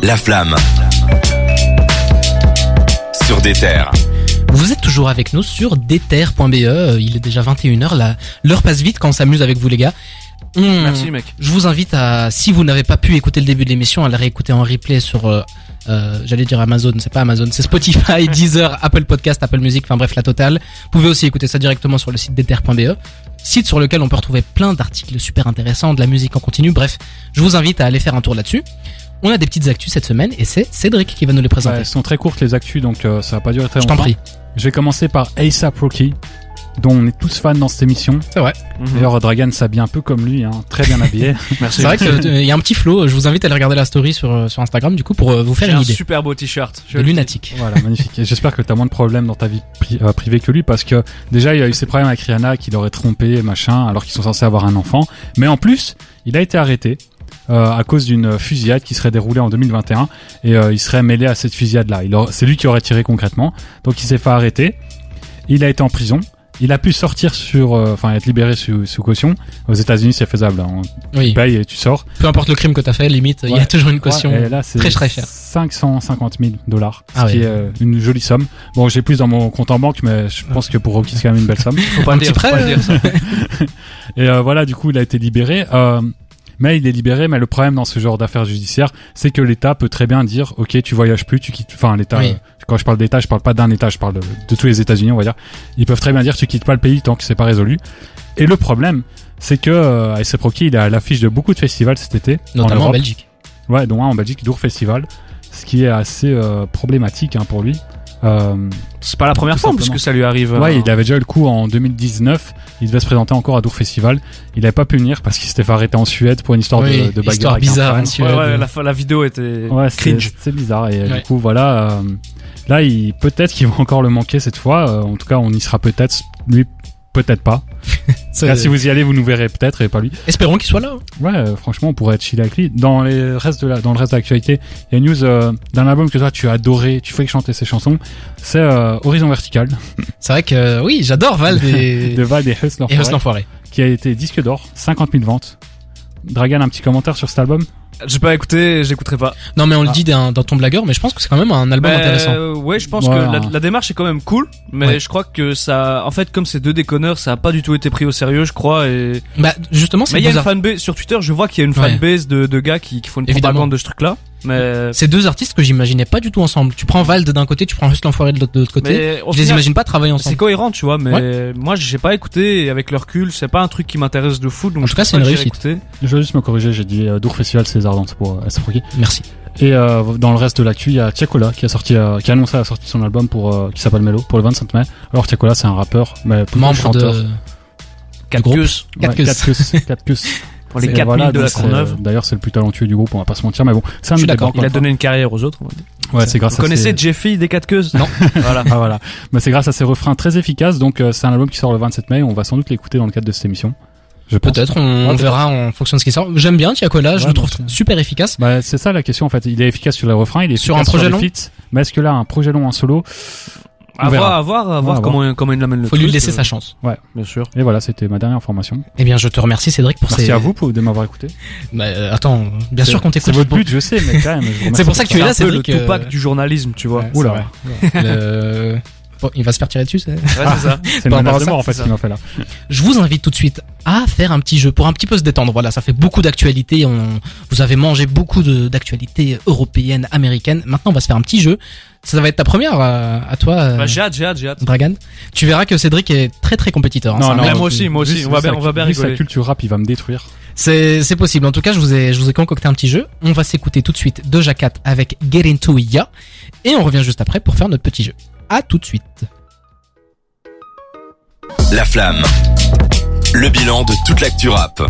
La flamme. Sur des terres. Vous êtes toujours avec nous sur déterre.be. euh, Il est déjà 21h là. L'heure passe vite quand on s'amuse avec vous les gars. Mhm. Hum, Merci mec. Je vous invite à, si vous n'avez pas pu écouter le début de l'émission, à la réécouter en replay sur, euh, euh, j'allais dire Amazon, c'est pas Amazon, c'est Spotify, Deezer, Apple Podcast, Apple Music, enfin bref, la totale. Vous pouvez aussi écouter ça directement sur le site déterre.be, E. site sur lequel on peut retrouver plein d'articles super intéressants, de la musique en continu, bref, je vous invite à aller faire un tour là-dessus. On a des petites actus cette semaine et c'est Cédric qui va nous les Ouais, présenter. elles sont très courtes les actus donc euh, ça va pas durer très je longtemps. t'en prie. Je vais commencer par ASAP Rocky dont on est tous fans dans cette émission. C'est vrai. Mhm. D'ailleurs Dragan s'habille un peu comme lui, hein, très bien habillé. C'est vrai qu'il y a un petit flow. Je vous invite à aller regarder la story sur, euh, sur Instagram, du coup, pour euh, vous faire J'ai une un idée. super beau t-shirt. Je De le dis. lunatique. voilà, magnifique. Et j'espère que t'as moins de problèmes dans ta vie pri- euh, privée que lui parce que déjà il a eu ses problèmes avec Rihanna qui l'aurait trompé machin alors qu'ils sont censés avoir un enfant. Mais en plus il a été arrêté. euh, à cause d'une fusillade qui serait déroulée en 2021 et euh, il serait mêlé à cette fusillade là. C'est lui qui aurait tiré concrètement. Donc il s'est fait arrêter. Il a été en prison. Il a pu sortir sur, euh, enfin être libéré sous, sous caution. Aux États-Unis, c'est faisable. hein. Oui. Tu payes et tu sors. Peu importe le crime que t'as fait, limite, il y a Ouais. toujours une caution. Ouais, et là, c'est très, très cher. 550 000 dollars, ce Ah qui ouais. est euh, une jolie somme. Bon, j'ai plus dans mon compte en banque, mais je pense que pour Rocky, c'est quand même une belle somme. Faut pas Un le petit dire, faut prêt, pas le euh. dire ça. Et euh, voilà, du coup, il a été libéré. Euh, mais il est libéré, mais le problème dans ce genre d'affaires judiciaires, c'est que l'État peut très bien dire, ok, tu voyages plus, tu quittes. Enfin, l'État. Oui. euh, quand je parle d'État, je parle pas d'un État, je parle de, de tous les États-Unis, on va dire. Ils peuvent très bien dire, tu quittes pas le pays tant que c'est pas résolu. Et le problème, c'est que euh, ASAP Rocky, il est à l'affiche de beaucoup de festivals cet été, en Notamment en, Europe. Belgique. Ouais, dont un en Belgique, Dour Festival, ce qui est assez euh, problématique hein, pour lui. Euh, C'est pas la première Tout fois en simplement. plus que ça lui arrive. ouais, euh, il avait déjà eu le coup en 2019. Il devait se présenter encore à Dour Festival. Il n'avait pas pu venir parce qu'il s'était fait arrêter en Suède pour une histoire Oui, de, de bagarre. histoire avec un bizarre. hein, fan. en Ouais, Suède. ouais, la, la vidéo était Ouais, c'est cringe. c'est bizarre. Et Ouais. du coup, voilà. euh, là, il peut-être qu'il va encore le manquer cette fois. Euh, en tout cas, on y sera peut-être. Lui, peut-être pas. C'est- Là, si vous y allez, vous nous verrez peut-être et pas lui. Euh, Espérons qu'il soit là. hein. Ouais, euh, franchement, on pourrait être chill avec lui. Dans les restes de la, dans le reste de l'actualité, il y a une news euh, d'un album que toi tu as adoré, tu fais que chanter ces chansons. C'est euh, Horizon Vertical C'est vrai que, euh, oui, j'adore Val des... de Val et Hustler, et Host Forêt, l'Enfoiré. qui a été disque d'or, 50 000 ventes. Dragan, un petit commentaire sur cet album J'ai pas écouté, j'écouterai pas. Non, mais on le Ah. dit dans, dans ton blagueur, mais je pense que c'est quand même un album Mais, intéressant. euh, ouais, je pense Ouais, que la, hein. la démarche est quand même cool, mais Ouais. je crois que ça, en fait, comme ces deux déconneurs, ça a pas du tout été pris au sérieux, je crois. Et... Bah, justement, c'est Mais il y a une bizarre. fanbase sur Twitter, je vois qu'il y a une Ouais. fanbase de, de gars qui, qui font une Évidemment. propagande de ce truc-là. Mais, Ces deux artistes que j'imaginais pas du tout ensemble. Tu prends Vald d'un côté, tu prends Hustle l'Enfoiré de l'autre de l'autre côté. mais au Je les final, imagine pas travailler c'est ensemble. cohérent, tu vois. Mais moi, j'ai pas écouté. Et avec le recul, c'est pas un truc qui m'intéresse de fou. Donc En tout je cas, pense c'est une pas que réussite. j'irai écouter. Je vais juste me corriger, j'ai dit euh, Dour Festival César Dance pour euh, Astro Rocky. Merci. Et euh, dans le reste de l'actu, il y a Tiakola qui a sorti, euh, qui a annoncé la sortie de son album pour euh, qui s'appelle Mello pour le 25 mai. Alors Tiakola, c'est un rappeur, mais plutôt Membre chanteur. de... Quatre groupe. queues Quatre queues. Ouais, quatre queues, quatre queues. pour les Et 4000 voilà, de la donc, c'est- euh, Courneuve. D'ailleurs, c'est le plus talentueux du groupe, on va pas se mentir, mais bon, c'est un Je suis des d'accord. grands Il a copains. donné une carrière aux autres. on va dire. Ouais, c'est grâce Vous à connaissez ses... Jeffy des quatre queues Non. voilà. Ah, voilà. Mais c'est grâce à ses refrains très efficaces, donc euh, c'est un album qui sort le 27 mai, on va sans doute l'écouter dans le cadre de cette émission. Je pense. Peut-être, on, on Ouais, verra en fonction de ce qui sort. J'aime bien Tiakola, je Ouais, le trouve moi aussi. super efficace. Bah, c'est ça la question en fait. Il est efficace sur les refrains, il est Sur efficace un projet les feats. mais est-ce que là un projet long en solo À voir, verra. à voir, à On voir va comment, comment il l'amène le Faut truc. lui laisser euh, sa chance. Bien sûr. Et voilà, c'était ma dernière information. Eh bien, je te remercie Cédric pour Merci ces... à vous pour de m'avoir écouté. Bah, euh, attends, bien sûr qu'on C'est t'écoute. votre but, je sais, mais quand même. je vous remercie pour ça que tu ça. es là, un peu le Cédric, euh, Tupac du journalisme, tu vois. Ouais, Oula, Le- Bon, il va se faire tirer dessus. c'est- Ouais, c'est ça. c'est une Par rapport à menace de ça, mort en fait c'est ce qu'il m'a fait là. Je vous invite tout de suite à faire un petit jeu pour un petit peu se détendre. Voilà, ça fait beaucoup d'actualités. On... Vous avez mangé beaucoup de- d'actualités européennes, américaines. Maintenant, on va se faire un petit jeu. Ça va être ta première euh, à toi, euh, Bah, j'ai hâte, j'ai hâte, j'ai hâte. Dragan. Tu verras que Cédric est très très compétiteur. hein. Non, C'est un non, mec Ouais, on- moi qui- aussi, moi aussi. Vu On va sa- bien, on va bien vu sa rigoler. culture rap, il va me détruire. C'est, c'est possible. En tout cas, je vous ai, je vous ai concocté un petit jeu. On va s'écouter tout de suite Doja Cat avec Get Into Ya. Et on revient juste après pour faire notre petit jeu. À tout de suite. La flamme. Le bilan de toute l'actu rap.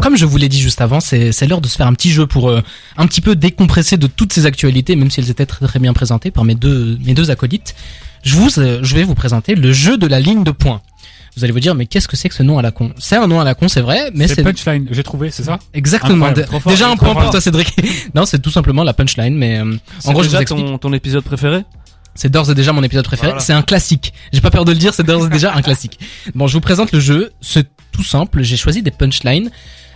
Comme je vous l'ai dit juste avant, c'est, c'est l'heure de se faire un petit jeu pour euh, un petit peu décompresser de toutes ces actualités, même si elles étaient très très bien présentées par mes deux, mes deux acolytes. Je, vous, euh, je vais vous présenter le jeu de la ligne de points. Vous allez vous dire, mais qu'est-ce que c'est que ce nom à la con C'est un nom à la con, c'est vrai, mais C'est c'est... punchline, j'ai trouvé, c'est ça Exactement. Incroyable, Dé- trop fort, Déjà un trop point pour fort. toi, Cédric. non, c'est tout simplement la punchline, mais euh, en C'est gros, je vous déjà explique. ton, ton épisode préféré C'est d'ores et déjà mon épisode préféré. Voilà. C'est un classique. J'ai pas peur de le dire, c'est d'ores et déjà un classique. Bon, je vous présente le jeu. C'est tout simple. J'ai choisi des punchlines.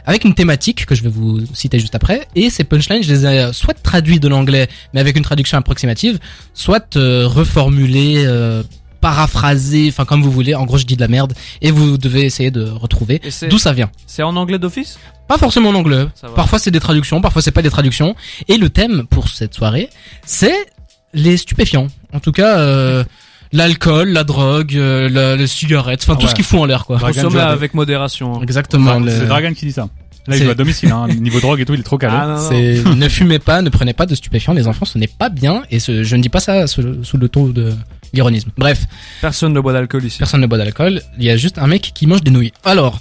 avec une thématique que je vais vous citer juste après. Et ces punchlines, je les ai euh, soit traduits de l'anglais, mais avec une traduction approximative, soit euh, reformulées, euh, paraphrasées, enfin comme vous voulez. En gros, je dis de la merde et vous devez essayer de retrouver Et c'est- d'où ça vient. C'est en anglais d'office Pas forcément en anglais. Ça va. Parfois c'est des traductions, parfois c'est pas des traductions. Et le thème pour cette soirée, c'est les stupéfiants. En tout cas, euh, l'alcool, la drogue, euh, la, les cigarettes, enfin tout Ouais. ce qu'ils font en l'air quoi. Dragon Consomme-la Jordan. avec modération. hein. Exactement. le- C'est Dragon qui dit ça. Là, il C'est- joue à domicile, hein. Niveau drogue et tout, il est trop calé. Ah, non, non. C'est ne fumez pas, ne prenez pas de stupéfiants, les enfants, ce n'est pas bien. Et ce, je ne dis pas ça sous, sous le ton de l'ironisme. Bref, Personne ne boit d'alcool ici. personne ne boit d'alcool. Il y a juste un mec qui mange des nouilles. Alors,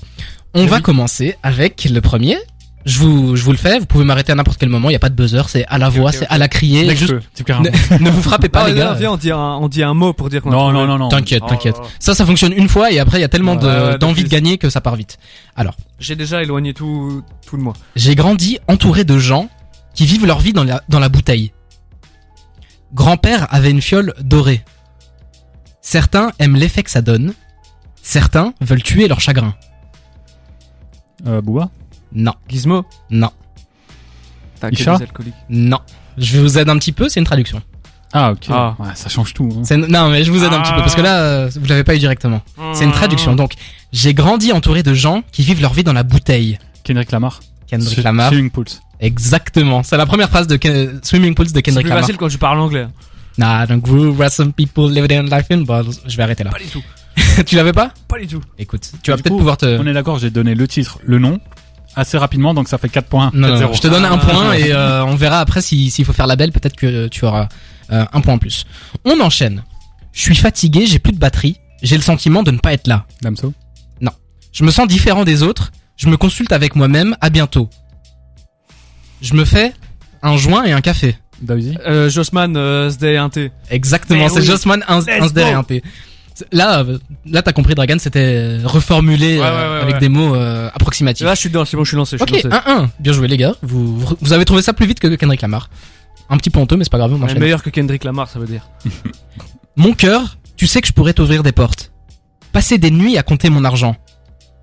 on Oui. va commencer avec le premier. Je vous, je vous le fais. Vous pouvez m'arrêter à n'importe quel moment. Il n'y a pas de buzzer. C'est à la voix, ok, c'est ok. à la crier. Mec, Juste, je peux, type carrément. ne vous frappez pas, Ah, les là, gars. viens, on dit, un, on dit un mot pour dire qu'on a Non, trouvé. non, non, non. T'inquiète, Oh, t'inquiète. oh, oh. Ça, ça fonctionne une fois et après, il y a tellement de- Ouais, ouais, d'envie de d'office. gagner que ça part vite. Alors, J'ai déjà éloigné tout, tout de moi. j'ai grandi entouré de gens qui vivent leur vie dans la, dans la bouteille. Grand-père avait une fiole dorée. Certains aiment l'effet que ça donne. Certains veulent tuer leur chagrin. Euh, Bouba Non, Gizmo non, T'as que des Isha alcooliques. non. Je vous aide un petit peu, c'est une traduction. Ah, ok. Ah. Ouais, ça change tout. hein. C'est- Non, mais je vous aide un petit peu parce que là, euh, vous l'avez pas eu directement. C'est une Ah. traduction. Donc, j'ai grandi entouré de gens qui vivent leur vie dans la bouteille. Kendrick Lamar. Kendrick Su- Lamar. Swimming Pools. Exactement. C'est la première phrase de Ken- Swimming Pools de C'est Kendrick plus Lamar. facile quand je parle anglais. Nah, don't groove, where some people live their life in bottles. Je vais arrêter là. Pas du tout. tu l'avais pas Pas du tout. Écoute, tu vas Du peut-être coup, pouvoir te. On est d'accord, j'ai donné le titre, le nom, assez rapidement, donc ça fait 4 points. Non, non, 4-0. je te donne un Ah. point et euh, on verra après si- s'il faut faire la belle, peut-être que tu auras euh, un point en plus. On enchaîne. Je suis fatigué, j'ai plus de batterie, j'ai le sentiment de ne pas être là. Damso. Je me sens différent des autres, je me consulte avec moi-même, à bientôt. Je me fais un joint et un café. Daisy. Euh, Jossman, euh, SD et un thé. Exactement, Mais c'est Ben oui. Jossman Ins- Let's Insder et go. un T. Là, euh, là t'as compris, Dragon, c'était reformulé euh, Ouais, ouais, ouais, avec ouais. des mots euh, approximatifs. Là, je suis dedans, c'est bon, je suis lancé. Je Ok, suis lancé. 1-1. Bien joué, les gars. Vous, vous- vous avez trouvé ça plus vite que Kendrick Lamar. Un petit peu honteux, mais c'est pas grave, on On est enchaîne. meilleur que Kendrick Lamar, ça veut dire. Mon cœur, tu sais que je pourrais t'ouvrir des portes. Passer des nuits à compter mon argent.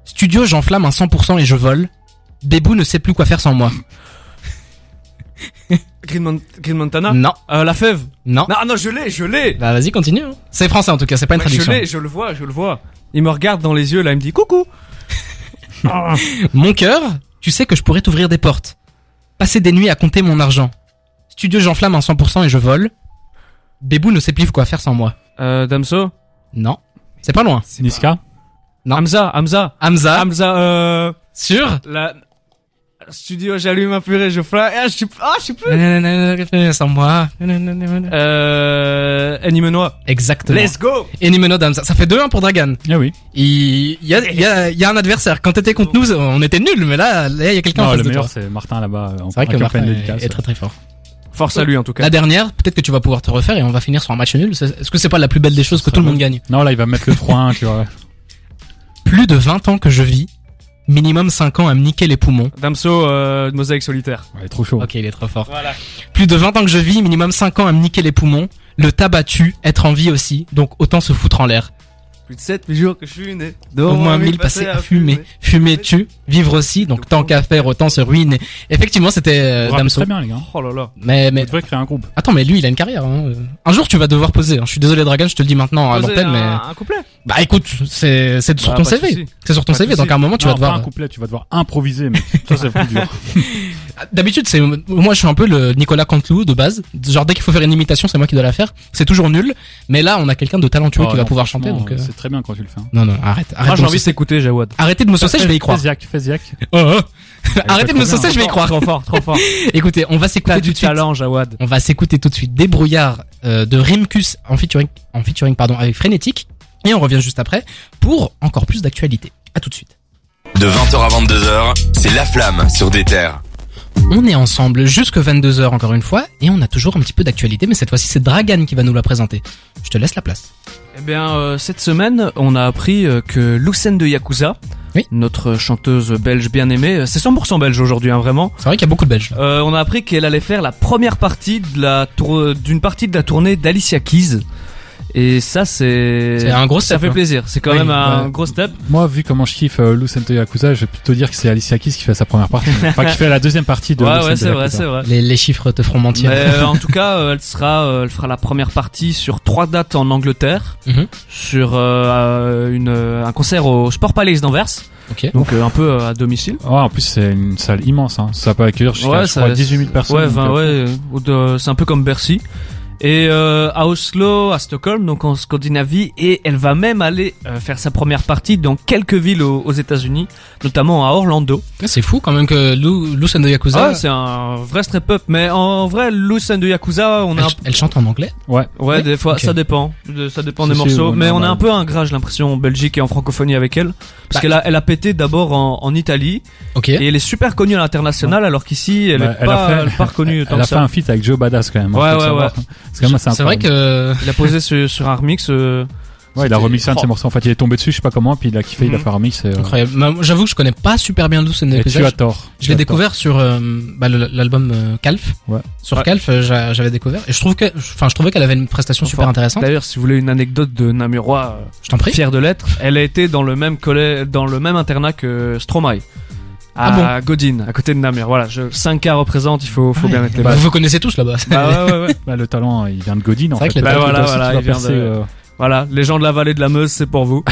Studio, j'enflamme un 100% et je vole. Bébou ne sait plus quoi faire sans moi. Green, Mon- Green Montana Non, Euh, La fève non. Non, non, je l'ai, je l'ai Bah, vas-y, continue. hein. C'est français, en tout cas, c'est pas une Ouais, Je traduction. l'ai, je le vois, je le vois. Il me regarde dans les yeux, là, il me dit coucou Ah. Mon cœur, tu sais que je pourrais t'ouvrir des portes. Passer des nuits à compter mon argent. Studio, j'enflamme un 100% et je vole. Bébou ne sait plus quoi faire sans moi. Euh, Damso Non. C'est pas loin. Niska. Non. Hamza, Hamza Hamza, Hamza, euh... sûr La... Studio, j'allume un purée, je flamme... Ah, je suis... Ah, je suis plus... Nanana, sans moi. Euh... Annie Menois. Exactement. Let's go Et Nimeno Hamza. Ça fait 2-1 pour Dragan. Ah oui. Il il y a, il y, a, il y a un adversaire. Quand t'étais contre nous, on était nuls, mais là, là, il y a quelqu'un en Non, face le de toi. meilleur, c'est Martin là-bas. euh, en- C'est vrai que en Martin campagne est, dédicace. est très très fort. Force à lui, en tout cas. La dernière, peut-être que tu vas pouvoir te refaire et on va finir sur un match nul. C'est- Est-ce que c'est pas la plus belle des choses que Ça tout le va. monde gagne Non, là, il va mettre le 3-1, tu vois. Plus de 20 ans que je vis, minimum 5 ans à me niquer les poumons. Damso, euh, Mosaïque solitaire. Ouais, il est trop chaud. Ok, il est trop fort. Voilà. Plus de 20 ans que je vis, minimum 5 ans à me niquer les poumons. Le tabac tue, être en vie aussi, donc autant se foutre en l'air. Plus de 7 jours que je suis né. Au moins 1000 passés à fumer. Fumer tue, vivre aussi, donc tant qu'à faire, autant se ruiner. Effectivement, c'était euh, Vous rappelez Damso. très bien, les gars. Oh là là. Mais, Vous mais devrez créer un groupe. Attends, mais lui, il a une carrière. hein. Un jour, tu vas devoir poser. hein. Je suis désolé, Dragon, je te le dis maintenant à Posez l'antenne, un, mais un couplet. bah écoute, c'est c'est sur Bah, ton pas de CV. souci. C'est sur ton Pas de CV. Donc souci. à un moment, tu Non, vas devoir. euh, Pas un couplet, tu vas devoir improviser, mais ça, c'est plus dur. D'habitude, c'est moi, je suis un peu le Nicolas Canteloup de base. Genre dès qu'il faut faire une imitation, c'est moi qui dois la faire. C'est toujours nul. Mais là, on a quelqu'un de talentueux Oh, qui va non, pouvoir franchement, chanter. Donc euh, euh, C'est très bien quand tu le fais. hein. non, non, arrête, arrête. Ah, de j'ai me envie de saucer. t'écouter, Jawad. Arrêtez de me saucer, je vais y croire. Fais Ziac, fais Ziac. Oh, oh. Elle est Arrêtez de pas me trop saucer, je vais y croire. Trop fort, trop fort. Écoutez, on va T'as s'écouter tout du de suite. talent, Jawad. On va s'écouter tout de suite Débrouillard euh, de Rimkus en featuring, en featuring pardon, avec Frénétique. Et on revient juste après pour encore plus d'actualité. À tout de suite. De 20h à 22h, c'est La Flamme sur des terres. On est ensemble jusque 22h encore une fois et on a toujours un petit peu d'actualité mais cette fois-ci c'est Dragan qui va nous la présenter. Je te laisse la place. Eh bien, euh, cette semaine, on a appris euh, que Lucène de Yakuza, Oui. notre chanteuse belge bien aimée, euh, c'est 100% belge aujourd'hui, hein, vraiment. C'est vrai qu'il y a beaucoup de Belges là. Euh, on a appris qu'elle allait faire la première partie de la tour- d'une partie de la tournée d'Alicia Keys. Et ça, c'est. C'est un gros Ça step, fait hein. plaisir. C'est quand Oui, même un ouais. gros step. Moi, vu comment je kiffe euh, Loose and the Yakuza, je vais plutôt dire que c'est Alicia Keys qui fait sa première partie. enfin, qui fait la deuxième partie de ouais, Loose and ouais, the c'est vrai, Yakuza. c'est vrai. Les, les chiffres te feront Mais mentir. euh, en tout cas, euh, elle sera, euh, elle fera la première partie sur trois dates en Angleterre, Mhm. sur euh, une, euh, un concert au Sport Palace d'Anvers, Ok. donc euh, un peu euh, à domicile. Ouais, en plus, c'est une salle immense. Hein. Ça peut accueillir jusqu'à Ouais, je ça- crois, 18 000 personnes. Ouais, ben donc, ouais, euh, euh, ou de- c'est un peu comme Bercy. Et euh, à Oslo, à Stockholm, donc en Scandinavie, et elle va même aller euh, faire sa première partie dans quelques villes aux, aux États-Unis, notamment à Orlando. Ouais, Ah, C'est fou quand même que Lou, Lou Sando Yakuza, Ah, c'est un vrai strip-up, mais en vrai, Loose and the Yakuza, on elle, Ah, a, un- elle chante en anglais. ouais. ouais, oui, des fois, ok. ça dépend, de- ça dépend Si, des si, morceaux, oui, mais on a normal. un peu un grage, l'impression, en Belgique et en francophonie avec elle, parce Bah, qu'elle a, elle a pété d'abord en, en Italie, Ok. et elle est super connue à l'international, alors qu'ici, elle Bah, est elle a pas, fait- elle est pas reconnue Elle tant a que fait ça. un feat avec Joe Badass quand même. hein, Ouais, faut le ouais, savoir. C'est quand même assez C'est vrai incroyable. que Il a posé sur, sur un remix. euh, Ouais, il a c'était- remixé un de ses Oh. morceaux. En fait, il est tombé dessus, je sais pas comment, puis il a kiffé, il a Mhm. fait un remix. Et, euh, incroyable. Bah, moi, J'avoue que je connais pas super bien Lou Sando et Yakuza. tu as Je- tort. Je Tu l'ai as découvert sur euh, bah, le- l'album euh, Calf. Ouais. Sur Ouais. Calf, euh, j'a- j'avais découvert et je trouve que, enfin, je trouvais qu'elle avait une prestation Enfin, bah, super intéressante. D'ailleurs, si vous voulez une anecdote de Namurois, euh, Je t'en prie. fier de l'être, elle a été dans le même collège, dans le même internat que Stromae. À Ah Godin, à côté de Namur. Voilà, je, 5K représente, il Ah faut, faut bien mettre les Bah, bases. vous vous connaissez tous là-bas. Bah ouais, ouais, ouais. tort. Bah, le talent, il vient de Godin, en C'est vrai fait. que le Bah, talent, voilà, aussi, voilà, tu vas il vient de- percer, euh, Voilà, les gens de la vallée de la Meuse, c'est pour vous.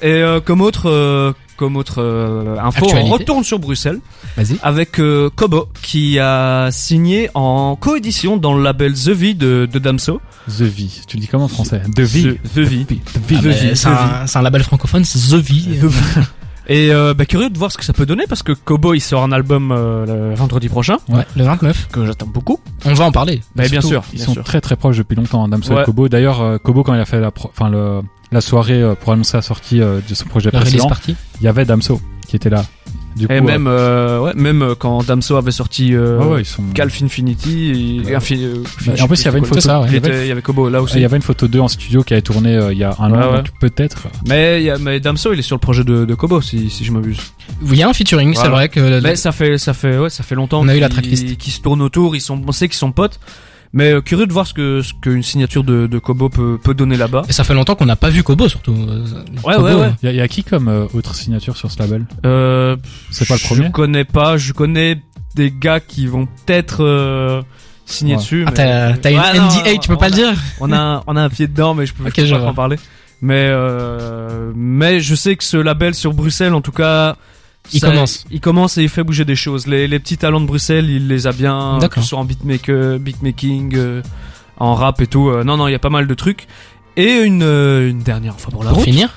Et euh, comme autre, euh, comme autre euh, info, Actualité. on retourne sur Bruxelles Vas-y. avec euh, Kobo qui a signé en coédition dans le label The V de, de Damso. The V. Tu le dis comment en français The V. The, The V. The V. Ah, bah, c'est un, c'est un label francophone, c'est The V. Et euh, bah, curieux de voir ce que ça peut donner parce que Kobo il sort un album euh, le vendredi prochain Ouais, le 29. que j'attends beaucoup. On va en parler. Mais bien Surtout, sûr, Ils bien sont sûr. très très proches depuis longtemps, hein, Damso Ouais. et Kobo. D'ailleurs, euh, Kobo, quand il a fait la, pro- enfin, le, la soirée euh, pour annoncer la sortie euh, de son projet Le release précédent, party. il y avait Damso qui était là. Du coup, Et euh, même euh, ouais, même euh, quand Damso avait sorti euh, ouais, ouais, ils sont. Calf Infinity et, Ouais. Infi- euh, je Bah, sais en plus, il y plus avait une quoi. photo. C'est ça, ouais. Il il, y avait, était- il y avait Kobo là il aussi. y avait une photo d'eux en studio qui avait tourné euh, il y a un Ouais, an, ouais. donc peut-être. Mais, il y a- mais Damso il est sur le projet de, de Kobo si, si je m'abuse. Il y a un featuring, c'est Voilà. vrai que. Mais ça fait ça fait ouais ça fait longtemps. On a eu la qu'ils- tracklist. qu'ils se tournent autour, ils sont on sait qu'ils sont potes. Mais euh, curieux de voir ce que ce qu'une signature de, de Kobo peut peut donner là-bas. Et ça fait longtemps qu'on n'a pas vu Kobo surtout. Ouais Kobo, ouais ouais. Il y, a- il y a qui comme euh, autre signature sur ce label Euh, C'est pas le premier Je connais pas, je connais des gars qui vont peut-être euh, signer Ouais. dessus. Ah, mais- t'as t'as une Ouais, non, NDA, tu peux on pas le a- dire On a, un- on a un pied dedans, mais je peux, Ok, je peux je pas vois. en parler. Mais, euh, mais je sais que ce label sur Bruxelles, en tout cas. Il ça- commence. Il commence et il fait bouger des choses. Les, les petits talents de Bruxelles, il les a bien. D'accord. Que ce soit en beatmaker, beatmaking, euh, en rap et tout. Euh, non, non, il y a pas mal de trucs. Et une, euh, une dernière info pour la Pour route. finir,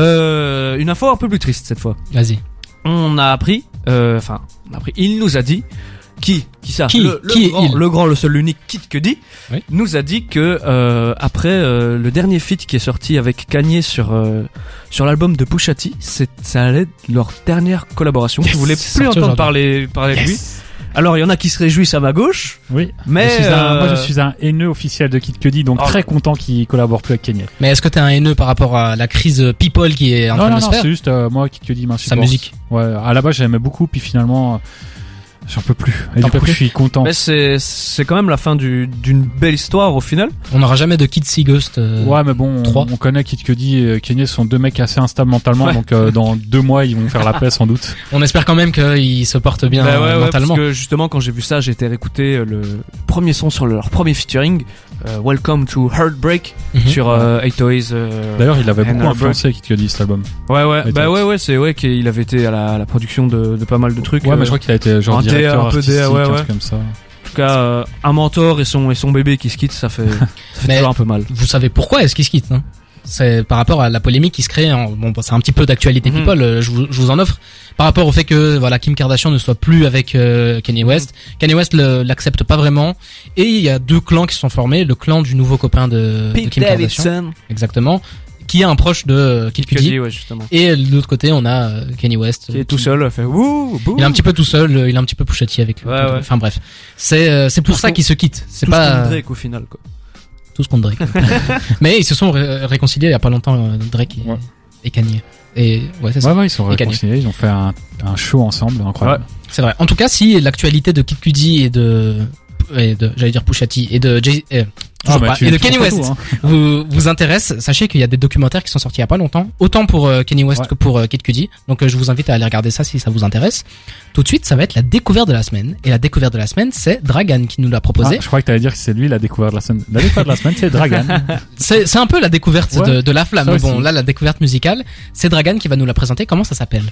Euh, une info un peu plus triste cette fois vas-y. on a appris, euh, enfin, on a appris, il nous a dit, qui, qui ça Qui le, le Qui est grand, il le grand, le seul, l'unique, Kid que dit, Oui. nous a dit que euh, après euh, le dernier feat qui est sorti avec Kanye sur euh, sur l'album de Pushati, c'est ça allait être leur dernière collaboration. Yes, Je voulais c'est plus sorti entendre aujourd'hui. parler parler de lui. Alors il y en a qui se réjouissent à ma gauche, Oui. mais je suis un- euh, moi, je suis un haineux officiel de Kid Cudi, donc Oh. très content qu'il collabore plus avec Kanye. Mais est-ce que t'es un haineux par rapport à la crise people qui est en Non, train non, de se non, faire c'est juste euh, moi Kid Cudi m'insupporte. Sa musique. Ouais, à la base j'aimais beaucoup, puis finalement euh, j'en peux plus. Et T'en du peux coup plus je suis content. mais c'est c'est quand même la fin du- d'une belle histoire au final. On n'aura jamais de Kid Sea Ghost. euh, ouais, mais bon, on, trois. on connaît Kid Cudi et euh, Kanye sont deux mecs assez instables mentalement, Ouais. donc euh, dans deux mois ils vont faire la paix sans doute. On espère quand même qu'il se porte bien Bah ouais, euh, ouais, mentalement. parce que justement, quand j'ai vu ça, j'ai été réécouter euh, le premier son sur leur premier featuring, euh, Welcome to Heartbreak, Mhm. sur euh, Eight Toys. euh, Bah D'ailleurs il avait And beaucoup our influencé Kid Cudi cet album. ouais, ouais, Eight bah Toys. ouais, ouais, c'est ouais qu'il avait été à la, à la production de, de pas mal de trucs. ouais, euh, mais je crois qu'il a été genre un DA, directeur un peu artistique, DA, ouais, un truc ouais. comme ça. En tout cas, euh, un mentor et son et son bébé qui se quittent, ça fait, ça fait Mais- toujours un peu mal. Vous savez pourquoi est-ce qu'il se quitte hein c'est par rapport à la polémique qui se crée. en- Bon, c'est un petit peu d'actualité Mhm. people. euh, Je vous, je vous en offre. Par rapport au fait que voilà Kim Kardashian ne soit plus avec euh, Kanye Mhm. West. Kanye West le- l'accepte pas vraiment. Et il y a deux clans qui se sont formés. Le clan du nouveau copain de, de Kim Kardashian, exactement, qui est un proche de euh, Kid que Cudi. dit, ouais, justement. Et de l'autre côté, on a euh, Kanye West. Qui est tout seul, fait wouh, bouh. Il est un petit peu tout seul. euh, Il est un petit peu pouchati avec lui. Ouais, ouais. Enfin bref, c'est euh, c'est pour Tout ce ça qu'on- qu'ils se quittent. C'est tout ce pas qu'on Drake au final, quoi. tout ce qu'on Drake. Mais ils se sont ré- réconciliés il y a pas longtemps, euh, Drake et, Ouais. et Kanye. Et ouais, c'est Ouais, ça. ouais, ils sont Et Kanye. réconciliés, ils ont fait un, un show ensemble, incroyable. C'est vrai. En tout cas, si l'actualité de Kid Cudi et de, et de j'allais dire Pushati et de Jay, euh, Toujours bah, pas. tu- Et de tu Kanye t'en fous, West hein. vous, vous intéresse, sachez qu'il y a des documentaires qui sont sortis il y a pas longtemps, autant pour euh, Kenny West Ouais. que pour euh, Kid Cudi. Donc euh, je vous invite à aller regarder ça si ça vous intéresse. Tout de suite, ça va être la découverte de la semaine. Et la découverte de la semaine, c'est Dragan qui nous l'a Ah, proposé. je crois que t'allais dire que c'est lui la découverte de la semaine. La découverte de la semaine, c'est Dragan. C'est c'est un peu la découverte Ouais, de, de la flamme. ça Mais bon, aussi. là, la découverte musicale, c'est Dragan qui va nous la présenter. Comment ça s'appelle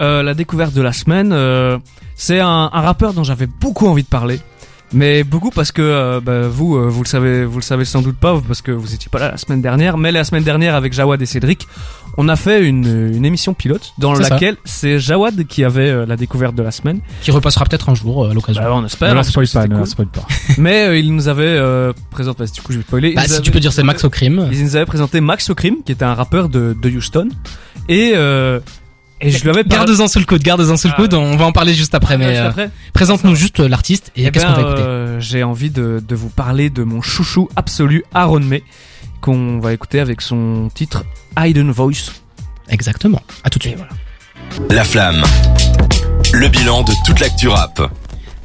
Euh, la découverte de la semaine, euh, c'est un, un rappeur dont j'avais beaucoup envie de parler. Mais beaucoup parce que euh, bah, vous, euh, vous le savez, vous le savez sans doute pas parce que vous étiez pas là la semaine dernière. Mais la semaine dernière avec Jawad et Cédric, on a fait une, une émission pilote dans C'est ça. laquelle c'est Jawad qui avait euh, la découverte de la semaine. Qui repassera peut-être un jour euh, à l'occasion. Bah, on Ne espère. la parce que spoil pas, c'était ne la cool. spoil pas. Mais euh, il nous avait euh, présenté. Du coup, je vais spoiler. Bah, Il nous si avait- tu peux dire, c'est Max au crime. Ils nous avaient présenté Max O'Crim, qui était un rappeur de, de Houston, et euh, et je lui avais parlé. Garde-en sous le coude, garde-en sous le Ah, coude. On va en parler juste après, mais Juste euh, après. présente-nous juste euh, l'artiste et Ah, Eh qu'est-ce ben, qu'on va écouter. euh, J'ai envie de, de vous parler de mon chouchou absolu, Aaron May, qu'on va écouter avec son titre Hidden Voice. Exactement. À tout de Et suite. voilà. La flamme. Le bilan de toute l'actu rap.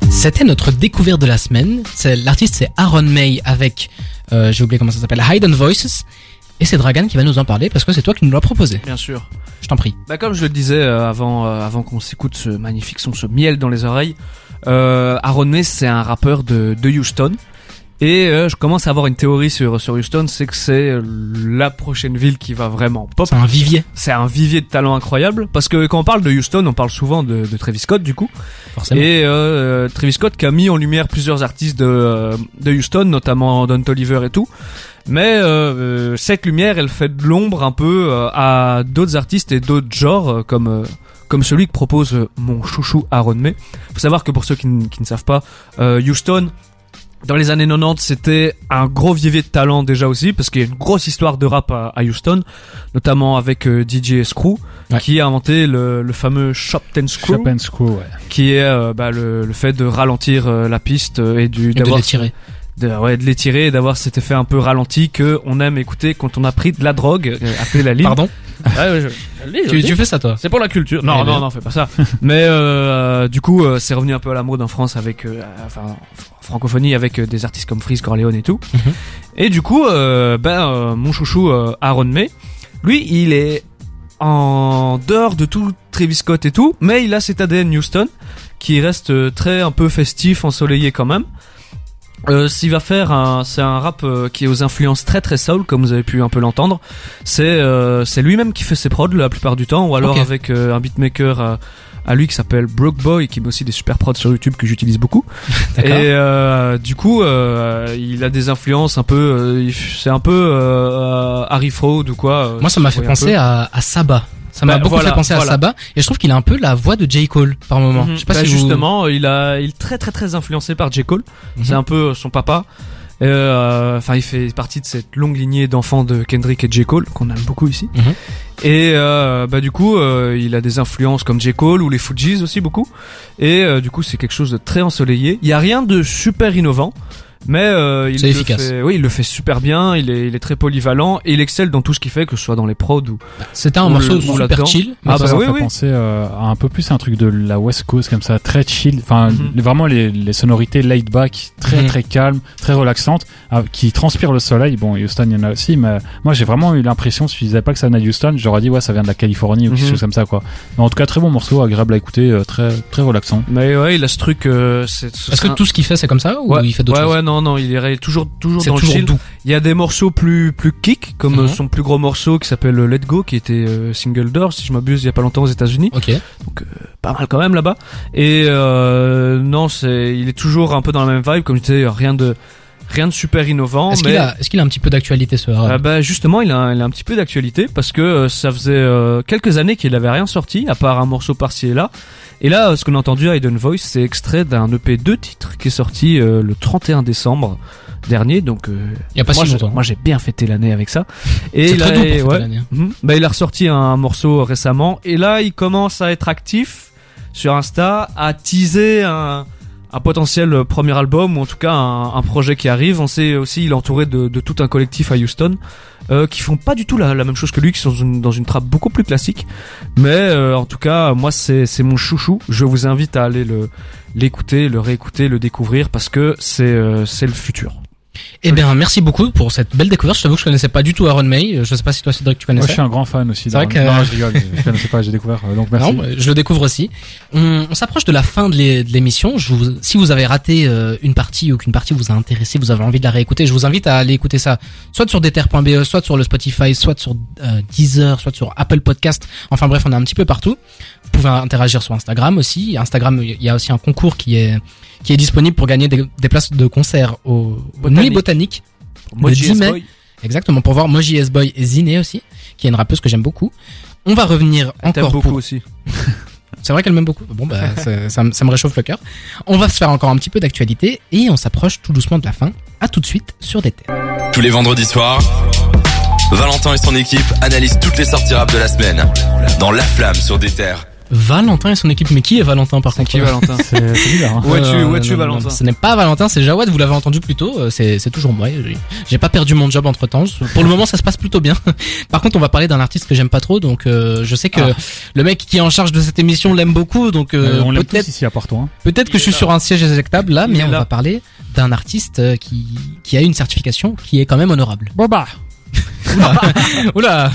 C'était notre découverte de la semaine. C'est l'artiste, c'est Aaron May avec, euh, j'ai oublié comment ça s'appelle, Hidden Voices. Et c'est Dragan qui va nous en parler parce que c'est toi qui nous l'as proposé. Bien sûr. Je t'en prie. Bah, comme je le disais euh, avant, euh, avant qu'on s'écoute ce magnifique son, ce miel dans les oreilles, euh, Aaron May, c'est un rappeur de, de Houston. Et euh, je commence à avoir une théorie sur, sur Houston, c'est que c'est euh, la prochaine ville qui va vraiment pop. C'est un vivier, C'est un vivier de talent incroyable, parce que quand on parle de Houston, on parle souvent de, de Travis Scott du coup. forcément. Et euh, Travis Scott qui a mis en lumière plusieurs artistes de, euh, de Houston, notamment Don Toliver et tout. Mais euh, euh, cette lumière, elle fait de l'ombre un peu euh, à d'autres artistes et d'autres genres, euh, comme euh, comme celui que propose euh, mon chouchou Aaron May. Faut savoir que pour ceux qui, n- qui ne savent pas, euh, Houston, dans les années 90, c'était un gros vivier de talent déjà aussi, parce qu'il y a une grosse histoire de rap à, à Houston, notamment avec euh, DJ Screw, Ouais. qui a inventé le, le fameux Shop Ten Screw Chopin School, ouais. qui est euh, bah, le, le fait de ralentir euh, la piste euh, et du Et de d'avoir l'étirer. de, ouais, de l'étirer et d'avoir cet effet un peu ralenti que on aime écouter quand on a pris de la drogue euh, appelée la ligne. Ah, Pardon Ouais, ouais, je- je le dis, je le tu, dis. tu fais ça toi C'est pour la culture. Non, Eh bien. non, non, fais pas ça. Mais euh, du coup, euh, c'est revenu un peu à la mode en France avec, euh, enfin, en francophonie avec euh, des artistes comme Freeze, Corleone et tout. Mhm. Et du coup, euh, ben, euh, mon chouchou euh, Aaron May, lui, il est en dehors de tout Travis Scott et tout, mais il a cet ADN Houston qui reste euh, très un peu festif, ensoleillé quand même. Euh, S'il va faire un, c'est un rap euh, qui est aux influences très très soul, comme vous avez pu un peu l'entendre. C'est euh, c'est lui-même qui fait ses prods la plupart du temps, ou alors Ok. avec euh, un beatmaker à, à lui qui s'appelle Broke Boy, qui met aussi des super prods sur YouTube que j'utilise beaucoup. Et D'accord. euh, du coup, euh, il a des influences un peu, euh, il- c'est un peu euh, Harry Fraud ou quoi. euh, Moi, ça si m'a vous fait voyez un penser peu. à, à Saba. Ça m'a Bah, beaucoup voilà, fait penser à voilà. Saba. Et je trouve qu'il a un peu la voix de J. Cole par moment. Mhm. Je sais pas Bah, si vous- justement, il a, il est très très très influencé par J Cole. Mhm. C'est un peu euh, son papa. Et, euh, Enfin, il fait partie de cette longue lignée d'enfants de Kendrick et J Cole qu'on aime beaucoup ici. Mhm. Et euh, bah du coup, euh, il a des influences comme J Cole ou les Fujis aussi beaucoup. Et euh, du coup, c'est quelque chose de très ensoleillé. Il y a rien de super innovant. Mais euh, il C'est le efficace. fait- oui, il le fait super bien. Il est, il est très polyvalent et il excelle dans tout ce qu'il fait, que ce soit dans les prods ou. C'était un Ou morceau le- ou super là-dedans. chill. Ah, Ah ça, bah ça oui, fait oui. penser euh, à un peu plus un truc de la West Coast comme ça, très chill. Enfin, Mhm. les- vraiment les, les sonorités laid back, très Mhm. très calme, très relaxante, qui transpirent le soleil. Bon, Houston il y en a aussi, mais moi j'ai vraiment eu l'impression si je disais pas que ça venait de Houston, j'aurais dit ouais ça vient de la Californie ou quelque Mhm. chose comme ça quoi. Mais en tout cas très bon morceau, agréable à écouter, euh, très très relaxant. Mais ouais, il a ce truc. euh, c'est- ce Est-ce que sera- tout ce qu'il fait, c'est comme ça ou ouais, il fait d'autres ouais, choses ouais, non, non, il est toujours, toujours C'est dans le toujours chill. doux. Il y a des morceaux plus plus kick, comme Mhm. euh, son plus gros morceau qui s'appelle euh, Let Go, qui était euh, single d'or, si je m'abuse, il y a pas longtemps aux États-Unis. Ok. Pas mal quand même là-bas. Et euh, non, c'est, il est toujours un peu dans la même vibe, comme je disais, rien de rien de super innovant. Est-ce mais... qu'il a, est-ce qu'il a un petit peu d'actualité ce rap Ah bah justement, il a, il a un petit peu d'actualité parce que euh, ça faisait euh, quelques années qu'il n'avait rien sorti, à part un morceau par-ci et là. Et là, euh, ce qu'on a entendu à Hidden Voice, c'est extrait d'un EP 2 titres qui est sorti euh, le 31 décembre dernier. Donc, euh, Il y a pas moi, si je- longtemps. moi, j'ai bien fêté l'année avec ça. Et C'est il très a- doux pour hein. fêter ouais. l'année. Mhm. Bah, il a ressorti un morceau récemment et là il commence à être actif sur Insta, à teaser un, un potentiel euh, premier album ou en tout cas un, un projet qui arrive. On sait aussi il est entouré de, de tout un collectif à Houston euh, qui font pas du tout la, la même chose que lui, qui sont dans une, dans une trappe beaucoup plus classique. Mais euh, en tout cas moi c'est c'est mon chouchou. Je vous invite à aller le l'écouter, le réécouter, le découvrir parce que c'est euh, c'est le futur. Eh bien, merci beaucoup pour cette belle découverte. Je t'avoue que je connaissais pas du tout Aaron May. Je sais pas si toi, Cédric, tu Moi, je connaissais. suis un grand fan aussi. C'est vrai d'Aaron- que- Non, je rigole. Je connaissais pas, j'ai découvert. euh, Donc, merci. Non, bah, je le découvre aussi. On, on s'approche de la fin de l'é- de l'émission. Je vous- Si vous avez raté euh, une partie ou qu'une partie vous a intéressé, vous avez envie de la réécouter, je vous invite à aller écouter ça, soit sur deter.be, E, soit sur le Spotify, soit sur euh, Deezer, soit sur Apple Podcast. Enfin bref, on est un petit peu partout. Vous pouvez interagir sur Instagram aussi. Instagram, il y a aussi un concours qui est qui est disponible pour gagner des, des places de concert au, aux Botanique. Nuits Botaniques. Moi, Le E, JS 10 mai. Boy. Exactement, pour voir Moji S-Boy et Ziné aussi, qui est une rappeuse que j'aime beaucoup. On va revenir T'aimes encore beaucoup pour- aussi. C'est vrai qu'elle m'aime beaucoup. Bon, bah, ça, ça me- ça me réchauffe le cœur. On va se faire encore un petit peu d'actualité et on s'approche tout doucement de la fin. À tout de suite sur des terres. Tous les vendredis soirs, Valentin et son équipe analysent toutes les sorties rap de la semaine dans La Flamme sur des terres. Valentin et son équipe, mais qui est Valentin par contre Qui Valentin C'est c'est bizarre. hein. Où es-tu, Euh, où non, es-tu, non, Valentin non, Ce n'est pas Valentin, c'est Jawad, vous l'avez entendu plus tôt, euh, c'est c'est toujours moi. j'ai- J'ai pas perdu mon job entre temps. Pour le moment, ça se passe plutôt bien. Par contre, on va parler d'un artiste que j'aime pas trop, donc euh, je sais que Ah. le mec qui est en charge de cette émission l'aime beaucoup, donc euh, Euh, on l'aime peut-être tous ici à part toi. hein. Peut-être que Il je suis est là. sur un siège éjectable là, Il mais est on là. va parler d'un artiste euh, qui, qui a une certification qui est quand même honorable. Bon bah. Oula, oula,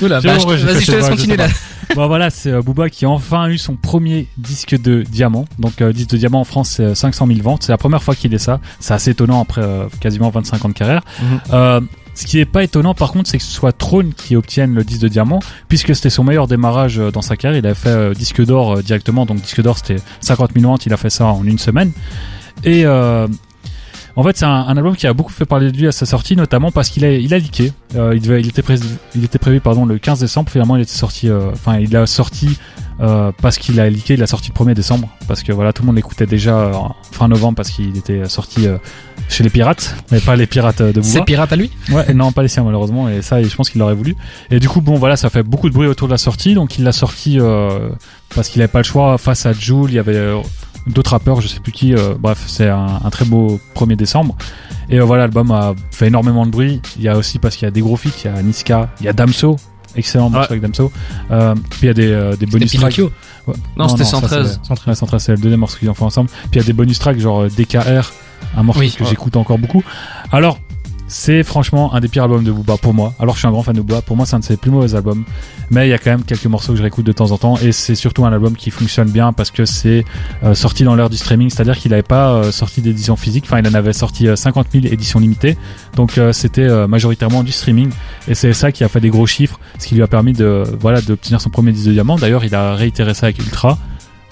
oula, C'est bah, bon, je- ouais, je vas-y, je sais te laisse pas, je continuer là. sais Bon voilà, c'est euh, Booba qui a enfin eu son premier disque de diamant. Donc euh, disque de diamant en France, c'est euh, 500 000 ventes. C'est la première fois qu'il est ça. C'est assez étonnant après euh, quasiment 25 ans de carrière. Mhm. Euh, ce qui n'est pas étonnant par contre, c'est que ce soit Throne qui obtienne le disque de diamant, puisque c'était son meilleur démarrage euh, dans sa carrière. Il avait fait euh, disque d'or euh, directement. Donc disque d'or, c'était 50 000 ventes. Il a fait ça en une semaine. Et euh, en fait, c'est un, un album qui a beaucoup fait parler de lui à sa sortie, notamment parce qu'il a, il a leaké. Euh, il, devait- il était pré- il était prévu pardon, le 15 décembre, finalement il était sorti, euh, enfin il a sorti euh, parce qu'il a leaké, il a sorti le 1er décembre, parce que voilà, tout le monde l'écoutait déjà euh, en fin novembre parce qu'il était sorti euh, chez les pirates, mais pas les pirates euh, de C'est Bouba. pirate à lui Ouais, non, pas les siens malheureusement, et ça, je pense qu'il l'aurait voulu. Et du coup, bon, voilà, ça fait beaucoup de bruit autour de la sortie, donc il l'a sorti euh, parce qu'il n'avait pas le choix face à Jules, il y avait euh, d'autres rappeurs, je sais plus qui, euh, bref, c'est un, un très beau 1er décembre. Et euh, voilà, l'album a fait énormément de bruit, il y a aussi parce qu'il y a des gros feats, il y a Niska, il y a Damso, excellent morceau avec Damso, euh, puis il y a des, euh, des C'était bonus tracks. Pinocchio. Ouais. Non, c'était ça, 113. c'est- 113, 113, c'est le deuxième morceau qu'ils ont fait ensemble. Puis il y a des bonus tracks genre euh, DKR, un morceau Oui. que j'écoute encore beaucoup. Alors, c'est franchement un des pires albums de Booba pour moi. Alors, je suis un grand fan de Booba. Pour moi, c'est un de ses plus mauvais albums. Mais il y a quand même quelques morceaux que je réécoute de temps en temps. Et c'est surtout un album qui fonctionne bien parce que c'est euh, sorti dans l'heure du streaming. C'est-à-dire qu'il n'avait pas euh, sorti d'édition physique. Enfin, il en avait sorti euh, 50 000 éditions limitées. Donc, euh, c'était euh, majoritairement du streaming. Et c'est ça qui a fait des gros chiffres. Ce qui lui a permis de, voilà, d'obtenir son premier disque de diamant. D'ailleurs, il a réitéré ça avec Ultra.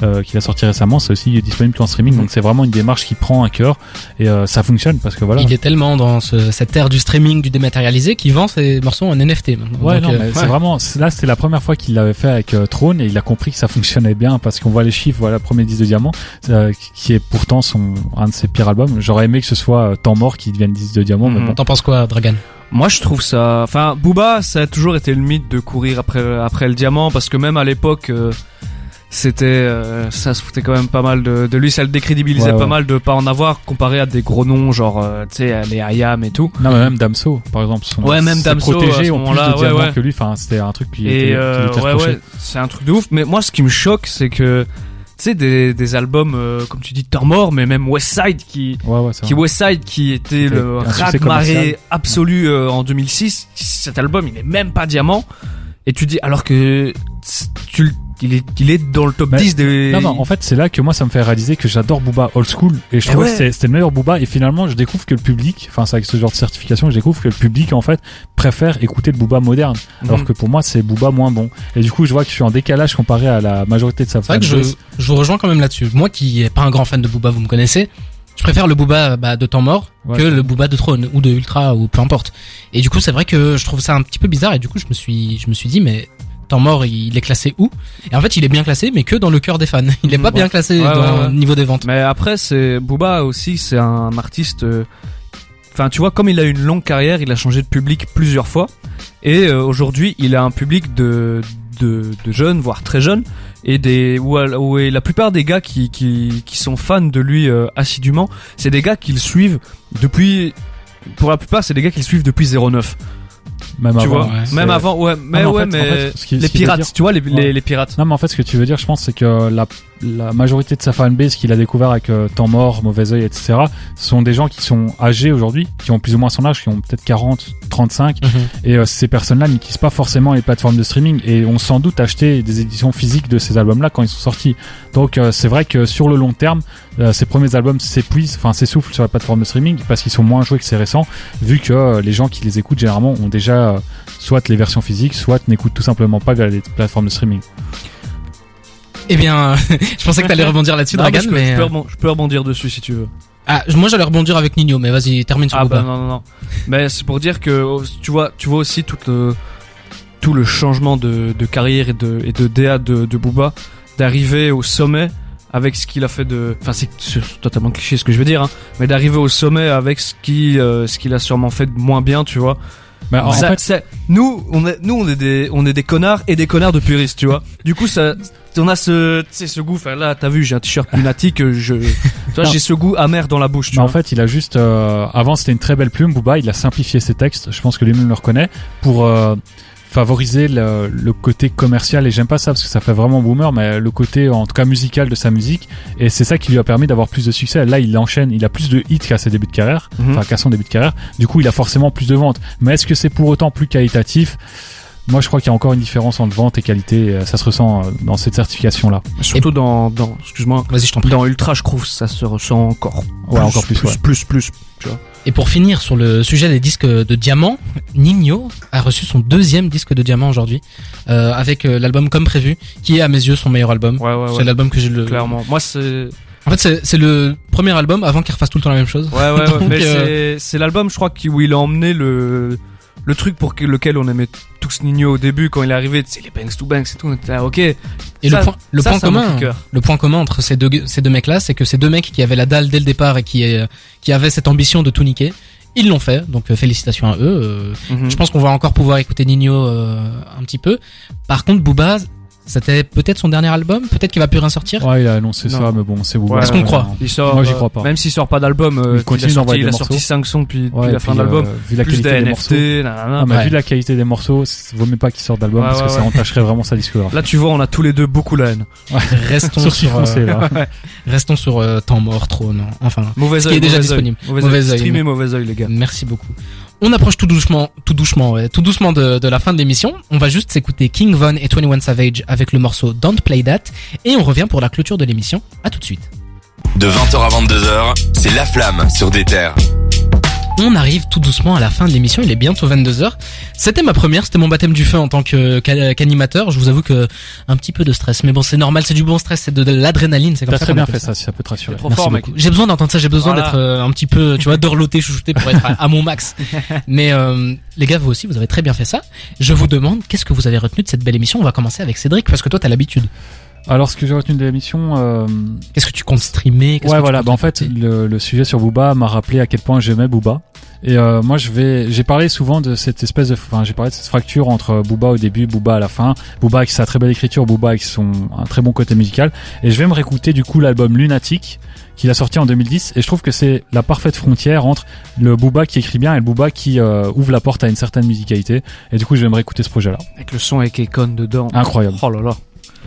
euh, qu'il a sorti récemment, c'est aussi disponible qu'en Mm. streaming, donc c'est vraiment une démarche qui prend à cœur et euh, ça fonctionne parce que voilà. Il est tellement dans ce- cette ère du streaming, du dématérialisé, qu'il vend ses morceaux en NFT. maintenant. Ouais, Donc, non, euh, mais ouais. c'est vraiment. c'est- Là, c'était la première fois qu'il l'avait fait avec euh, Throne et il a compris que ça fonctionnait bien parce qu'on voit les chiffres. Voilà, premier 10 de diamant, euh, qui est pourtant son un de ses pires albums. J'aurais aimé que ce soit euh, Temps mort qui devienne 10 de diamant, mais Mhm. bon. T'en penses quoi, Dragan Moi, je trouve ça. Enfin, Booba, ça a toujours été le mythe de courir après après le diamant, parce que même à l'époque, euh, c'était euh, ça se foutait quand même pas mal de, de lui, ça le décrédibilisait Ouais, ouais. pas mal de pas en avoir comparé à des gros noms genre euh, tu sais à les Ayam et tout. Non, mais même Damso, par exemple, son, Ouais, même ses Damso, à protégés ce ont plus moment-là, de ouais, diamants ouais. que lui. Enfin, c'était un truc qui Et était, euh, qui lui était ouais, reproché. ouais, c'est un truc de ouf. Mais moi, ce qui me choque, c'est que tu sais des, des albums euh, comme tu dis, Temps mort, mais même Westside qui Ouais, ouais, c'est qui vrai. Westside qui était C'était le un rat succès de marée commercial. absolu euh, en 2006 cet album il est même pas diamant et tu dis alors que c- tu l- il est il est dans le top Mais- 10 des Non, non, en fait, c'est là que moi, ça me fait réaliser que j'adore Booba old school. Et je Eh trouve ouais. que c'est- c'était le meilleur Booba. Et finalement, je découvre que le public, enfin, c'est avec ce genre de certification, je découvre que le public, en fait, préfère écouter le Booba moderne. Alors Mhm. que pour moi, c'est Booba moins bon. Et du coup, je vois que je suis en décalage comparé à la majorité de sa C'est vrai que je, fanbase. je vous rejoins quand même là-dessus. Moi qui est pas un grand fan de Booba, vous me connaissez, je préfère le Booba bah, de temps mort Ouais. que le Booba de Throne ou de Ultra ou peu importe. Et du coup, c'est vrai que je trouve ça un petit peu bizarre et du coup, je me suis je me suis dit mais temps mort, il est classé où Et en fait, il est bien classé mais que dans le cœur des fans. Il est pas Mmh, Ouais. bien classé Ouais, dans ouais, ouais. le niveau des ventes. mais après c'est Booba aussi c'est un artiste euh, enfin tu vois comme il a une longue carrière il a changé de public plusieurs fois et euh, aujourd'hui il a un public de de, de jeunes voire très jeunes et des où, elle- où est- la plupart des gars qui, qui, qui sont fans de lui euh, assidûment c'est des gars qui le suivent depuis pour la plupart c'est des gars qui le suivent depuis 09 Même tu avant. vois ouais, même Bah c'est- avant ouais mais mais en ouais fait- en mais fait, ce qui- ce les qui veut pirates dire- tu vois les, les, Ouais. les pirates Non, mais en fait, ce que tu veux dire, je pense, c'est que la la majorité de sa fanbase qu'il a découvert avec euh, Temps Mort, Mauvais Oeil, etc., sont des gens qui sont âgés aujourd'hui, qui ont plus ou moins son âge, qui ont peut-être 40, 35, et euh, ces personnes-là n'utilisent pas forcément les plateformes de streaming et ont sans doute acheté des éditions physiques de ces albums-là quand ils sont sortis. Donc euh, c'est vrai que sur le long terme, euh, ces premiers albums s'épuisent, enfin s'essoufflent sur la plateforme de streaming parce qu'ils sont moins joués que ces récents, vu que euh, les gens qui les écoutent généralement ont déjà euh, soit les versions physiques, soit n'écoutent tout simplement pas via les plateformes de streaming. Eh bien, je pensais que t'allais rebondir là-dessus, Non, mais Dragan, je, peux, mais. je peux euh, rebon- je peux rebondir dessus si tu veux. Ah, moi j'allais rebondir avec Nino, mais vas-y, termine sur Ah bah Booba. non non non. Mais c'est pour dire que oh, tu vois tu vois aussi tout le tout le changement de, de carrière et de et de DA de, de Booba d'arriver au sommet avec ce qu'il a fait de enfin c'est c'est totalement cliché ce que je veux dire hein, mais d'arriver au sommet avec ce qui euh, ce qu'il a sûrement fait de moins bien tu vois Bah, en Ça- fait, ça- nous on est nous on est des on est des connards et des connards de puristes tu vois du coup ça on a ce tu sais, ce goût enfin là t'as vu j'ai un t-shirt lunatique je tu vois Non. j'ai ce goût amer dans la bouche tu mais en vois. fait, il a juste. euh, avant, c'était une très belle plume. Booba, il a simplifié ses textes. Je pense que lui-même le reconnaît pour euh, favoriser le, le côté commercial. Et j'aime pas ça parce que ça fait vraiment boomer, mais le côté en tout cas musical de sa musique. Et c'est ça qui lui a permis d'avoir plus de succès. Là, il enchaîne. Il a plus de hits qu'à ses débuts de carrière. Mhm. enfin qu'à son début de carrière. Du coup, il a forcément plus de ventes. Mais est-ce que c'est pour autant plus qualitatif Moi, je crois qu'il y a encore une différence entre vente et qualité. et, euh, Ça se ressent euh, dans cette certification-là. Surtout dans, dans excuse-moi, Vas-y, je t'en prie. dans Ultra, je trouve ça se ressent encore. Ouais, encore plus. plus, ouais. plus, plus. Et pour finir sur le sujet des disques de diamant, Nino a reçu son deuxième disque de diamant aujourd'hui, euh, avec euh, l'album Comme Prévu, qui est à mes yeux son meilleur album. Ouais, ouais, C'est l'album que j'ai le. Clairement. Moi, c'est. En fait, c'est- c'est le premier album avant qu'il refasse tout le temps la même chose. Ouais, ouais, ouais. Donc, mais euh, c'est- c'est l'album, je crois, qui, où il a emmené le. Le truc pour que- lequel on aimait tous Nino au début quand il est arrivé, c'est les banks to banks et tout, on était là, ok. Et Et le point, le point commun, cœur. le point commun entre ces deux, ces deux mecs-là, c'est que ces deux mecs qui avaient la dalle dès le départ et qui, euh, qui avaient cette ambition de tout niquer, ils l'ont fait. Donc euh, félicitations à eux. euh, Mhm. Je pense qu'on va encore pouvoir écouter Nino euh, un petit peu. Par contre, Booba, c'était peut-être son dernier album, peut-être qu'il va plus rien sortir. Ouais, il a annoncé Non. ça, mais bon, c'est vous. Ouais, Est-ce qu'on croit Il sort, Moi, j'y euh, crois pas. Même s'il sort pas d'album, euh, Il qu'il a continue sorti- d'envoyer il des a morceaux. sorti 5 sons puis, Ouais, puis la et fin puis, de l'album. euh, vu la plus qualité des des morceaux. NFT, nanana. Ah, mais Ouais. vu la qualité des morceaux, c'est- vaut mieux pas qu'il sorte d'album Ouais, parce que ouais, ça ouais. entacherait vraiment sa discographie. Là, tu vois, on a tous les deux beaucoup la haine. Restons sur, Sourcil foncé, euh, là. restons sur euh, temps mort, trône. Enfin, Mauvais qui oeil. est déjà mauvais oeil. disponible. Mauvais Mauvais oeil. oeil, Streamer mais- Mm. mauvais oeil, les gars. merci beaucoup. On approche tout doucement, tout doucement, ouais, tout doucement de, de la fin de l'émission. On va juste s'écouter King Von et 21 Savage avec le morceau Don't Play That et on revient pour la clôture de l'émission. À tout de suite. De 20h à 22h, c'est La Flamme sur des terres. On arrive tout doucement à la fin de l'émission, il est bientôt 22h. C'était ma première, c'était mon baptême du feu en tant que qu'a- qu'animateur. Je vous avoue que un petit peu de stress, mais bon, c'est normal, c'est du bon stress, c'est de, de l'adrénaline, c'est comme T'as ça. très qu'on bien appelle fait ça, si ça peut te rassurer. Trop Merci fort, mec. beaucoup. J'ai besoin d'entendre ça, j'ai besoin Voilà. d'être euh, un petit peu, tu vois, dorloté, chouchouté pour être à, à mon max. Mais euh, les gars, vous aussi, vous avez très bien fait ça. Je vous demande, qu'est-ce que vous avez retenu de cette belle émission On va commencer avec Cédric, parce que toi, t'as l'habitude. Alors, ce que j'ai retenu de l'émission, euh, Qu'est-ce que tu comptes streamer Qu'est-ce que Ouais, tu voilà. comptes Bah, en fait, écouter le, le sujet sur Booba m'a rappelé à quel point j'aimais Booba. Et euh, moi, je vais, j'ai parlé souvent de cette espèce de, enfin, j'ai parlé de cette fracture entre Booba au début, Booba à la fin, Booba avec sa très belle écriture, Booba avec son un très bon côté musical. Et je vais me réécouter du coup l'album Lunatic qu'il a sorti en 2010. Et je trouve que c'est la parfaite frontière entre le Booba qui écrit bien et le Booba qui euh, ouvre la porte à une certaine musicalité. Et du coup, je vais me réécouter ce projet-là. Avec le son avec Econ dedans. Incroyable. Oh là là.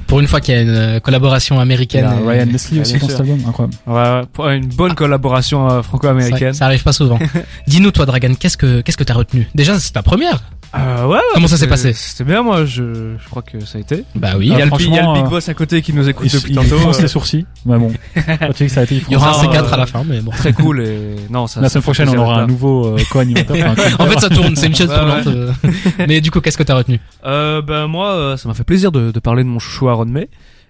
Pour une fois qu'il y a une euh, collaboration Il y américaine. a euh, Ryan Leslie Ah, aussi bien dans sûr. cet album, incroyable. Ouais, pour une bonne Ah. collaboration euh, c'est vrai que franco-américaine. Ça arrive pas souvent. Dis-nous, toi, Dragan, qu'est-ce que qu'est-ce que t'as retenu Déjà, c'est ta première. Euh, ouais, ouais, Comment ça s'est c'était- passé C'était bien, moi, je, je crois que ça a été. Bah oui. Il y, Ah, a le, big- il y a le franchement, Big euh, Boss à côté qui nous écoute Il, depuis il tantôt. fronce euh, les sourcils. Mais bon, Quand tu dis que ça a été, il Il y aura un Ah, C4 euh, à la fin, mais bon. Très cool et non, ça. La ça semaine fait prochaine, on plaisir aura d'être un là. nouveau euh, co-animateur. enfin, un En fait, ça tourne, c'est une chaise Ouais, ouais. tournante. euh. Mais du coup, qu'est-ce que t'as retenu Euh, ben, moi, euh, ça m'a fait plaisir de, de parler de mon chouchou Aaron May.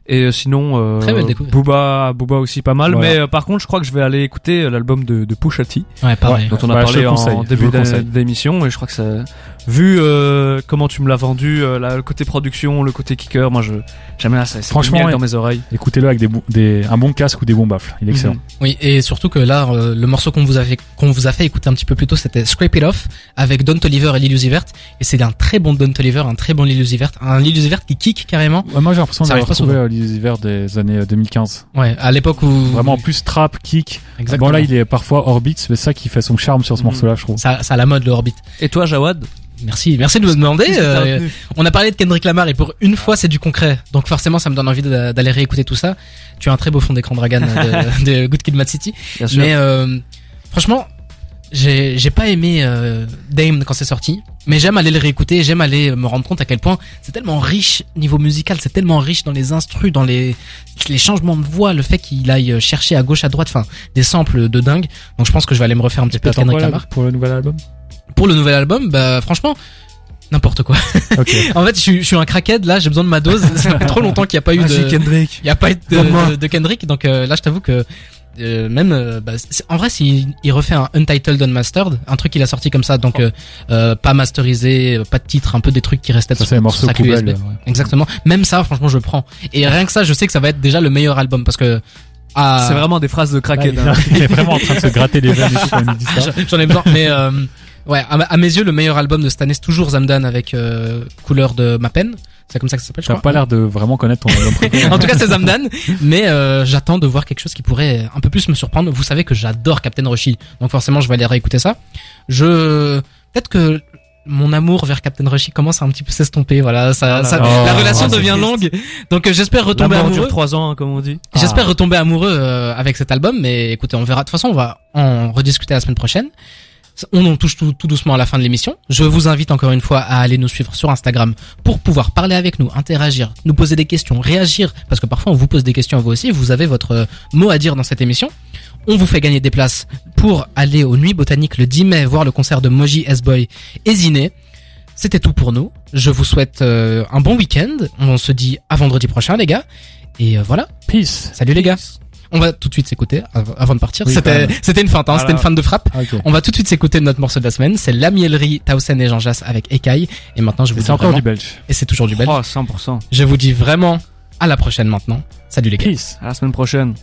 Et euh, sinon, euh, Très belle découverte. Booba, Booba aussi pas mal. Voilà. Mais euh, par contre, je crois que je vais aller écouter euh, l'album de, de Pusha T. Ouais, pareil. dont on a Bah, je te parlé le conseille, en je vous début le conseille. d'é- d'émission et je crois que ça vu euh, comment tu me l'as vendu euh, là, le côté production le côté kicker moi je j'aime bien ça c'est Franchement, du miel ouais. dans mes oreilles Écoutez-le avec des, bou- des, un bon casque ou des bons baffles. Il est excellent. Mhm. Oui, et surtout que là, euh, le morceau qu'on vous a fait, qu'on vous a fait écouter un petit peu plus tôt, c'était Scrape It Off avec Don Toliver et Lil Uzi Vert. Et c'est un très bon Don Toliver, un très bon Lil Uzi Vert, un Lil Uzi Vert qui kick carrément. Ouais, moi, j'ai l'impression Ça d'avoir arrive pas retrouvé euh, les hivers des années euh, 2015. Ouais, à l'époque où Vraiment, en plus trap, kick. exactement. Bon, là, il est parfois orbit, mais c'est ça qui fait son charme sur ce Mhm. morceau-là, je trouve. ça, ça à la mode le Orbit. et toi Jawad Merci, merci de me demander. Qu'est-ce que t'as euh, retenu on a parlé de Kendrick Lamar et pour une fois c'est du concret. Donc forcément ça me donne envie de- d'aller réécouter tout ça. Tu as un très beau fond d'écran Dragan de, de Good Kid, Mad City. Bien sûr. Mais euh, franchement, j'ai j'ai pas aimé euh, Dame quand c'est sorti, mais j'aime aller le réécouter, j'aime aller me rendre compte à quel point c'est tellement riche niveau musical, c'est tellement riche dans les instrus, dans les les changements de voix, le fait qu'il aille chercher à gauche à droite, enfin des samples de dingue. Donc je pense que je vais aller me refaire un petit peu de T'attends Kendrick quoi, là, Lamar. pour le nouvel album Pour le nouvel album, bah franchement n'importe quoi. Ok. En fait, je, suis- je suis un crackhead là, j'ai besoin de ma dose. Ça fait trop longtemps qu'il n'y a pas eu Vas-y, euh, de, Kendrick. il y a pas eu de, Donne-moi. de, de Kendrick. Donc euh, là, je t'avoue que euh, même, euh, bah, c'est- en vrai, s'il il refait un Untitled Unmastered, un truc qu'il a sorti comme ça, donc euh, euh, pas masterisé, euh, pas de titre, un peu des trucs qui restaient Ça, sur, c'est un sur morceau sa clé poubelle. euh, USB. ouais. Exactement. Même ça, franchement, je prends. Et rien que ça, je sais que ça va être déjà le meilleur album parce que ah, C'est vraiment des phrases de hein. Là, craquette. il il est vraiment en train de se gratter les veines quand hein, il me dit ça. J'en ai besoin, mais euh, ouais, à, ma- à mes yeux, le meilleur album de cette année, c'est toujours Zamdan avec euh, couleur de ma peine. C'est comme ça que ça s'appelle, je T'as crois. pas l'air de vraiment connaître ton album préféré. en tout cas, c'est Zamdan. Mais euh, j'attends de voir quelque chose qui pourrait un peu plus me surprendre. Vous savez que j'adore Captain Roshi, donc forcément, je vais aller réécouter ça. Je peut-être que mon amour vers Captain Roshi commence à un petit peu s'estomper. Voilà, ça, Ah là ça- là. la Oh, relation c'est devient triste. longue. Donc euh, j'espère La retomber mort dure amoureux. 3 ans, hein, comme on dit. J'espère retomber amoureux euh, avec cet album, mais écoutez, on verra. De toute façon, on va en rediscuter la semaine prochaine. On en touche tout, tout doucement à la fin de l'émission. Je vous invite encore une fois à aller nous suivre sur Instagram pour pouvoir parler avec nous, interagir, nous poser des questions, réagir, parce que parfois on vous pose des questions à vous aussi, vous avez votre euh, mot à dire dans cette émission. On vous fait gagner des places pour aller aux Nuits Botaniques le 10 mai, voir le concert de Moji S-Boy et Ziné. C'était tout pour nous. Je vous souhaite euh, un bon week-end. On se dit à vendredi prochain, les gars. Et euh, voilà. Peace. Salut les gars. On va tout de suite s'écouter av- avant de partir. Oui, quand c'était même. c'était une feinte, hein, c'était une Voilà. feinte de frappe. Ah, ok. On va tout de suite s'écouter notre morceau de la semaine. C'est La Mielerie, Tausen et Jean Jass avec Ekai. Et maintenant, je vous dis C'est encore vraiment- du belge. et c'est toujours du Oh, bel. 100%. Je vous dis vraiment à la prochaine maintenant. Salut les gars. Peace. À la semaine prochaine.